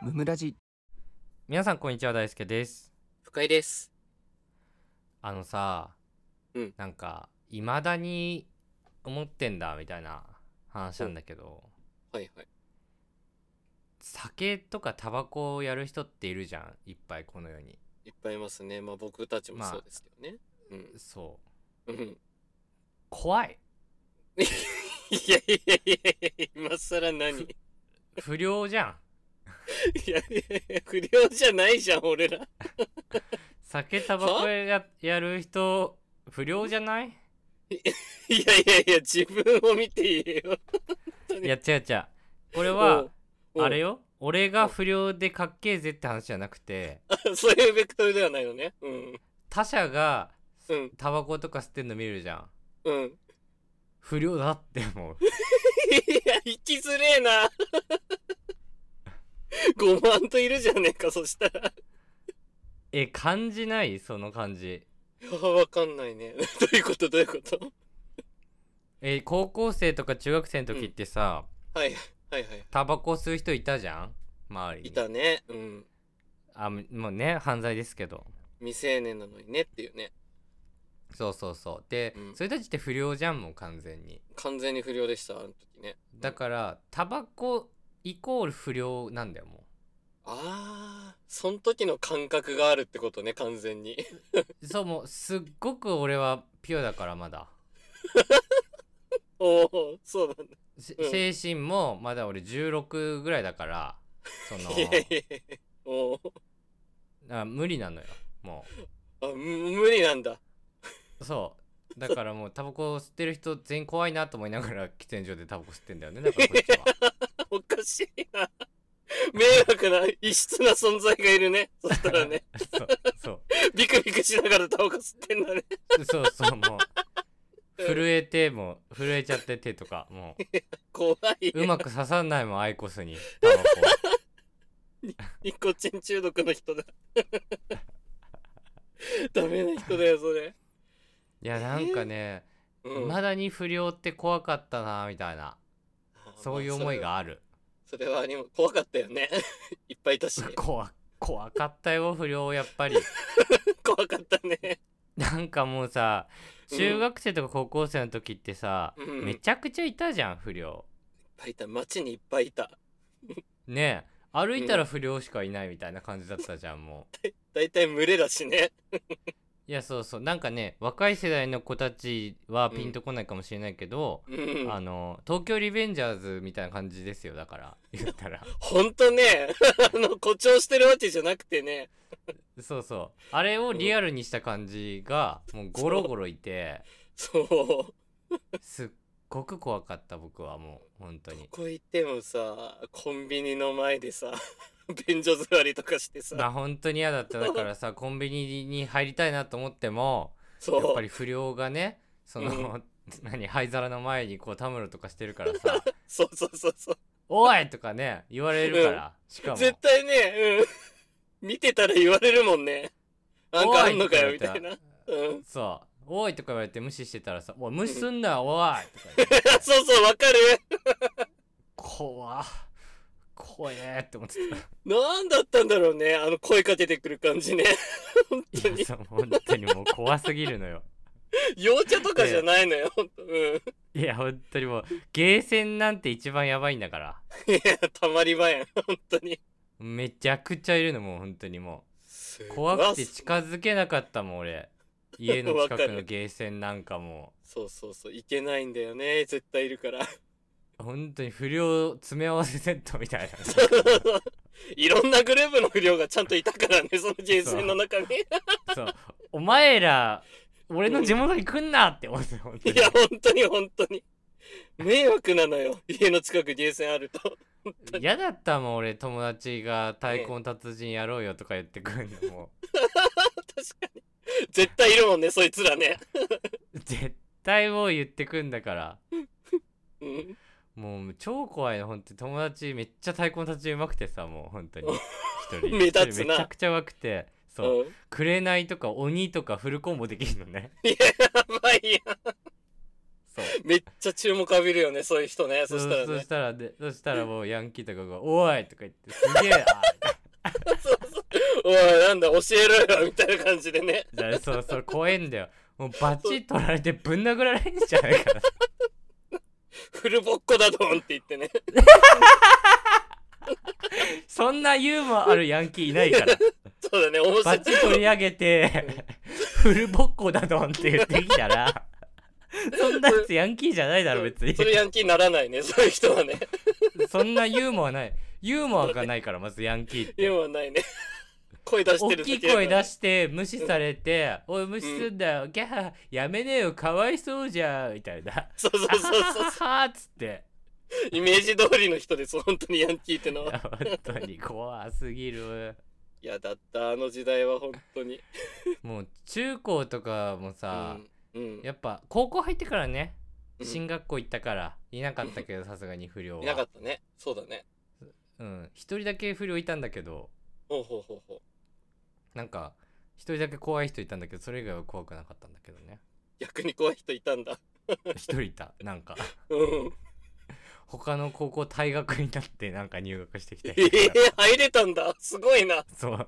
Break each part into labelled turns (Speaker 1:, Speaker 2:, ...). Speaker 1: ムムラジ
Speaker 2: 皆さんこんにちは大輔です
Speaker 3: 深井です。
Speaker 2: あのさ、
Speaker 3: うん
Speaker 2: なんかいまだに思ってんだみたいな話なんだけど、
Speaker 3: はいはい。
Speaker 2: 酒とかタバコをやる人っているじゃんいっぱいこの世に
Speaker 3: いっぱいいますね。まあ僕たちもそうですけどね。
Speaker 2: そう
Speaker 3: うん。うん。
Speaker 2: 怖い
Speaker 3: いやいやいやいや、今更何い
Speaker 2: 不良じゃん
Speaker 3: やいやいや、不良じゃないじゃん、俺ら。
Speaker 2: 酒タバコややる人不良じゃない
Speaker 3: いやいやいや、自分を見て言えよ。
Speaker 2: いや違う違うこれは
Speaker 3: おうおう
Speaker 2: あれよ俺が不良でかっけえぜって話じゃなくて
Speaker 3: そういうベクトルではないのね。うん。
Speaker 2: 他者が
Speaker 3: うん。
Speaker 2: タバコとか吸ってんの見るじゃん
Speaker 3: うん。
Speaker 2: 不良だって思う
Speaker 3: いや、生きづれえな。5万といるじゃねえか、そしたら。
Speaker 2: え感じないその感じ
Speaker 3: いやわかんないね。 どういうことどういうこと
Speaker 2: え高校生とか中学生の時ってさ、
Speaker 3: はいはいはい。
Speaker 2: タバコ吸う人いたじゃん周りに
Speaker 3: いたね。うん。
Speaker 2: あむもうね犯罪ですけど
Speaker 3: 未成年なのにねっていうね。
Speaker 2: そうそうそうで、
Speaker 3: うん
Speaker 2: それたちって不良じゃんもう完全に
Speaker 3: 完全に不良でしたあの時ね
Speaker 2: だからタバコイコール不良なんだよも
Speaker 3: ああその時の感覚があるってことね完全に
Speaker 2: うそうもうすっごく俺はピュアだからまだ
Speaker 3: おおそうなんだ
Speaker 2: せ
Speaker 3: う
Speaker 2: 精
Speaker 3: ん
Speaker 2: 神もまだ俺16ぐらいだからその
Speaker 3: いやいやいやおー
Speaker 2: あ無理なのよもう
Speaker 3: あむ無理なんだ
Speaker 2: そうだからもうタバコを吸ってる人全員怖いなと思いながら喫煙所でタバコ吸ってん だよねだからこっちは
Speaker 3: おかしいな迷惑な異質な存在がいるねそしたらね
Speaker 2: そうそう
Speaker 3: ビクビクしながらタバコ吸ってんだね
Speaker 2: そうそうもう震えてもう震えちゃって手とかも
Speaker 3: 怖いうね
Speaker 2: うまく刺さんないもんアイコスにタバコ
Speaker 3: ニコチン中毒の人だ ダメな人だよそれ
Speaker 2: いやなんかね
Speaker 3: う
Speaker 2: 未だに不良って怖かったなみたいなそういう思いがある
Speaker 3: それはありも怖かったよね いっぱいい たし
Speaker 2: 怖怖かったよ不良やっぱり
Speaker 3: 怖かったね
Speaker 2: なんかもうさ
Speaker 3: うん
Speaker 2: 中学生とか高校生の時ってさ、
Speaker 3: うん
Speaker 2: めちゃくちゃいたじゃん不良
Speaker 3: いっぱいいた街にいっぱいいた
Speaker 2: ねえ歩いたら不良しかいないみたいな感じだったじゃんもう
Speaker 3: 大体群れだしね
Speaker 2: いやそうそうなんかね若い世代の子たちはピンとこないかもしれないけど、
Speaker 3: うん
Speaker 2: あの東京リベンジャーズみたいな感じですよだ から言ったら
Speaker 3: ほんとね あの誇張してるわけじゃなくてね
Speaker 2: そうそうあれをリアルにした感じがもうゴロゴロいて
Speaker 3: そうど
Speaker 2: すっごく怖かった僕はもう本当に
Speaker 3: こ行ってもさコンビニの前でさ 便所座りとかして
Speaker 2: ま
Speaker 3: さ
Speaker 2: あ本当に嫌だっただからさコンビニに入りたいなと思っても
Speaker 3: そ
Speaker 2: や
Speaker 3: う
Speaker 2: っぱり不良がねその、 何灰皿の前にこうたむろとかしてるからさ
Speaker 3: そうそうそうそう
Speaker 2: おいとかね言われるから、しかも
Speaker 3: 絶対ねうん見てたら言われるもんねなんかあんのかよ
Speaker 2: おい
Speaker 3: み
Speaker 2: とか
Speaker 3: た
Speaker 2: 言
Speaker 3: い
Speaker 2: わ
Speaker 3: な
Speaker 2: れ
Speaker 3: うん
Speaker 2: そう「おい」とか言われて無視してたらさ「おい無視すんなおい」とか言って
Speaker 3: そうそうわかる
Speaker 2: 怖っ怖えって思ってた
Speaker 3: なんだったんだろうねあの声かけてくる感 じね本当
Speaker 2: い
Speaker 3: に
Speaker 2: やそう本当にもう怖すぎるのよ
Speaker 3: 陽茶とかじゃないのよ本当うん
Speaker 2: いや本当にもうゲーセンなんて一番やばいんだから
Speaker 3: いや、たまり場やん、本当に。
Speaker 2: めちゃくちゃいるのもう本当にもう怖くて
Speaker 3: うわ
Speaker 2: 近づけなかったもん俺家の近
Speaker 3: わ
Speaker 2: く
Speaker 3: か
Speaker 2: の
Speaker 3: る
Speaker 2: ゲーセンなんかもう
Speaker 3: そうそうそう、いけないんだよね、絶対いるから。
Speaker 2: 本当に不良詰め合わせセットみたいな
Speaker 3: いろんなグループの不良がちゃんといたからね、そのゲーセンの中に。
Speaker 2: そうお前ら俺の地元に来んなって思って本当に
Speaker 3: いや、本当に本当に。迷惑なのよ、家の近くゲーセンあると。
Speaker 2: 嫌だったもん俺友達が「太鼓の達人やろうよ」とか言ってくん のも
Speaker 3: 確かに。絶対いるもんね、そいつらね。
Speaker 2: う絶対もう言ってくんだから
Speaker 3: うん、
Speaker 2: もう超怖いの本当に友達めっちゃ太鼓の達人うまくてさもう本当に一人
Speaker 3: 目立つな
Speaker 2: 一人めちゃくちゃうまくてそう
Speaker 3: うん
Speaker 2: 「紅」とか「鬼」とかフルコンボできるのね
Speaker 3: やばいやん。
Speaker 2: そう
Speaker 3: めっちゃ注目浴びるよね、そういう人ね。 そしたら
Speaker 2: そうそ
Speaker 3: ね
Speaker 2: し。たらねそしたらもうヤンキーとかが「おい!」とか言って「すげえな!」
Speaker 3: おい、なんだ、教えろよ、みたいな感じでね。
Speaker 2: だからそうそう怖えんだよもうバチッ取られてぶん殴られるんじゃないかな
Speaker 3: フルボッコだどんって言ってね。
Speaker 2: そんなユーモアあるヤンキーいない から
Speaker 3: そうだね、面白
Speaker 2: バ
Speaker 3: い
Speaker 2: チ。取り上げ てフルボッコだどんって言ってきたらそんなやつヤンキーじゃないだろ別に
Speaker 3: それヤンキーにならないね、 そういう人 はね。
Speaker 2: そんなユーモアないユーモアがないからまずヤンキーって
Speaker 3: 言うもんないね。 声出して
Speaker 2: 大
Speaker 3: る
Speaker 2: きい声出
Speaker 3: し
Speaker 2: して無視されて「おい無視すんだよギャーやめねえよかわいそうじゃん」みたいな
Speaker 3: そ
Speaker 2: 「
Speaker 3: うそう
Speaker 2: あ
Speaker 3: そうそう
Speaker 2: ははは」っつって
Speaker 3: イメージ通りの人です、本当にヤンキーっての
Speaker 2: いや
Speaker 3: は。
Speaker 2: 本当に怖すぎる
Speaker 3: いや、だった、あの時代は本当に。
Speaker 2: もう中高とかもさ、
Speaker 3: うん。うん
Speaker 2: やっぱ高校入ってからね
Speaker 3: うん
Speaker 2: 進学校行ったからいなかったけどさすがに不良
Speaker 3: いなか
Speaker 2: は
Speaker 3: ったね。そうだね。
Speaker 2: うん一人だけ不良いたんだけど
Speaker 3: ほうほうほうほう。
Speaker 2: なんか一人だけ怖い人いたんだけどそれ以外は怖くなかったんだけど ね
Speaker 3: 逆に怖い人いたんだ。
Speaker 2: 一人いたなんか
Speaker 3: うん。
Speaker 2: 他の高校退学になってなんか入学してきた
Speaker 3: ええ
Speaker 2: 人いた
Speaker 3: 入れたんだ。すごいな。よ
Speaker 2: そう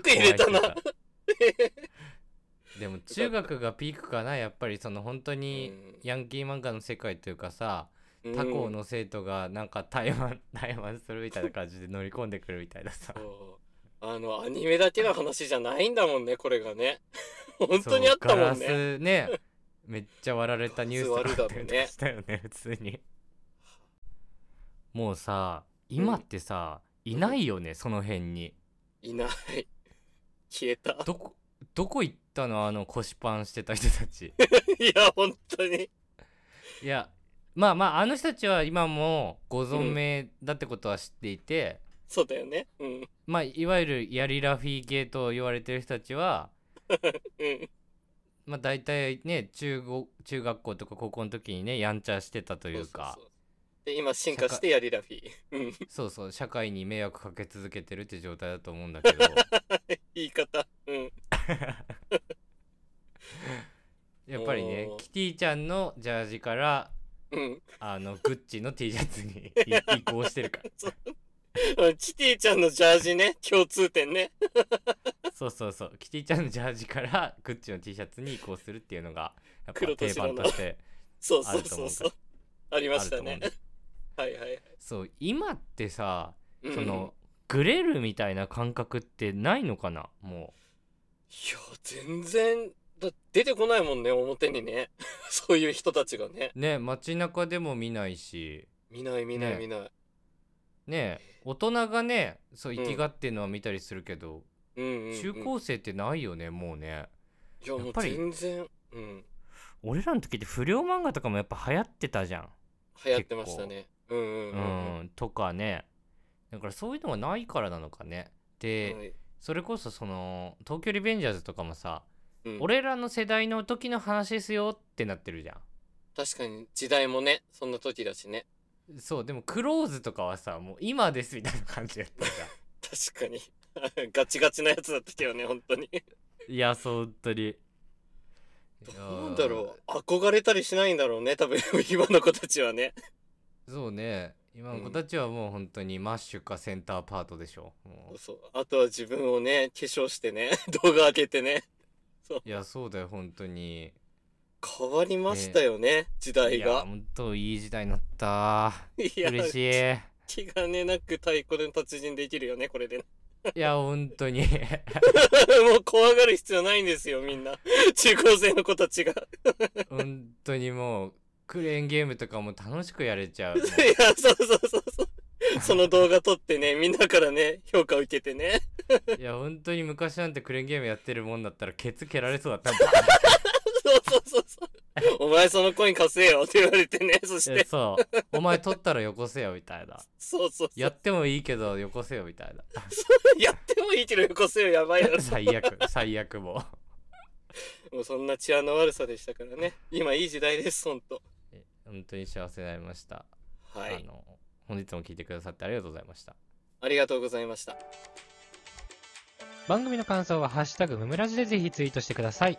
Speaker 3: く入れたな。
Speaker 2: 怖い人いたでも中学がピークかなやっぱりその本当に
Speaker 3: うん
Speaker 2: ヤンキー漫画の世界というかさ、他校の生徒がなんか台 湾台湾するみたいな感じで乗り込んでくるみたいなさ
Speaker 3: うんそうあのアニメだけの話じゃないんだもんねこれがね 本当にあったもん
Speaker 2: そうガラス
Speaker 3: ね
Speaker 2: ねめっちゃ割られたニュースとかあったり
Speaker 3: ガラス割るだろうね
Speaker 2: したよね普通にもうさ今ってさ、いないよねその辺に
Speaker 3: いない消えたい
Speaker 2: どこどこ行ったのあの腰パンしてた人た ち
Speaker 3: や本当に
Speaker 2: いやまあまああの人たちは今もご存命だってことは知っていて、
Speaker 3: そうだよねうん
Speaker 2: まあいわゆるヤリラフィー系と言われてる人たちは
Speaker 3: うん
Speaker 2: まあ、大体ね中ご中学校とか高校の時にねやんちゃしてたというか
Speaker 3: そそそで今進化してやりラフィーうん
Speaker 2: そうそう社会に迷惑かけ続けてるって状態だと思うんだけ ど
Speaker 3: 言い方うん
Speaker 2: やっぱりね
Speaker 3: おー
Speaker 2: キティちゃんのジャージから
Speaker 3: うん
Speaker 2: あのグッチの T シャツにい移行してるか
Speaker 3: うんキティちゃんのジャージね共通点ね
Speaker 2: らそうそうそうキティちゃんのジャージからグッチの T シャツに移行するっていうのがやっぱ
Speaker 3: 黒と
Speaker 2: 定
Speaker 3: 白
Speaker 2: 番
Speaker 3: の
Speaker 2: として
Speaker 3: そうそ
Speaker 2: あ
Speaker 3: う
Speaker 2: ると
Speaker 3: そ
Speaker 2: 思う
Speaker 3: うそうあり
Speaker 2: あ
Speaker 3: ま
Speaker 2: る
Speaker 3: し
Speaker 2: と
Speaker 3: た
Speaker 2: 思う
Speaker 3: ね
Speaker 2: んだ
Speaker 3: はいはいはい
Speaker 2: そう今ってさ
Speaker 3: うん
Speaker 2: そのグレるみたいな感覚ってないのかなも
Speaker 3: いや全然だ出てこないもんね表にね そういう人たちがね
Speaker 2: うね街中でも見ないし
Speaker 3: 見ない見ない
Speaker 2: ね
Speaker 3: 見ない、
Speaker 2: ねえ大人がねそう生きがってんのは見たりするけど、
Speaker 3: うんうんうん、
Speaker 2: 中高生ってないよねもうね
Speaker 3: いやも
Speaker 2: や
Speaker 3: う
Speaker 2: っぱり
Speaker 3: 全然うん
Speaker 2: 俺らの時って不良漫画とかもやっぱ流行ってたじゃん
Speaker 3: 流行ってましたねうんうん
Speaker 2: う
Speaker 3: うんん、、
Speaker 2: とかねだからそういうのがないからなのかね
Speaker 3: うん
Speaker 2: で、
Speaker 3: はい
Speaker 2: それこそその「東京リベンジャーズ」とかもさ、
Speaker 3: うん、
Speaker 2: 俺らの世代の時の話ですよってなってるじゃ
Speaker 3: 確かに時代もねそんな時だしね
Speaker 2: んそうでも「クローズ」とかはさもう今ですみたいな感じやったじゃん
Speaker 3: 確かにガチガチなやつだったけどね本当に
Speaker 2: いやそう本当に
Speaker 3: どうだろう憧れたりしないんだろうね多分 今の子たちはね
Speaker 2: そうね今の
Speaker 3: う
Speaker 2: 子
Speaker 3: ん
Speaker 2: たちはもう本当にマッシュかセンターパートでしょもう
Speaker 3: そうあとは自分をね化粧してね 動画上げてね
Speaker 2: いやそうだよ本当に
Speaker 3: 変わりましたよね時代
Speaker 2: いや
Speaker 3: が
Speaker 2: 本当いい時代になった
Speaker 3: いや
Speaker 2: 嬉しい
Speaker 3: 気兼ねなく太鼓で達人できるよねこれでね
Speaker 2: いや本当 に
Speaker 3: もう怖がる必要ないんですよみんな 中高生の子たちが い
Speaker 2: 本当にもうクレーンゲームとかも楽しくやれちゃう
Speaker 3: やそうそうそうそうその動画撮ってねみんなからね評価を受けてね
Speaker 2: いや本当に昔なんてクレーンゲームやってるもんだったらケツ蹴られそうだったも
Speaker 3: そうそうそうそうお前そのコイン稼えよって言われてねそし
Speaker 2: んいや
Speaker 3: て
Speaker 2: そうお前取ったらよこせよみたいな
Speaker 3: そうそうそう
Speaker 2: やってもいいけどよこせよみた いな
Speaker 3: やってもいいけどよこせよやばい やろ
Speaker 2: 最悪最悪もう
Speaker 3: もうそんな治安の悪さでしたからね今いい時代ですほんと
Speaker 2: え本当に幸せになりました
Speaker 3: は
Speaker 2: あ
Speaker 3: い
Speaker 2: の本日も聞いてくださってありがとうございました
Speaker 3: ありがとうございました
Speaker 2: 番組の感想は「ハッシュタグむむらじ」でぜひツイートしてください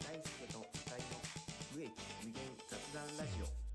Speaker 4: 大輔と二人の無益無限雑談ラジオ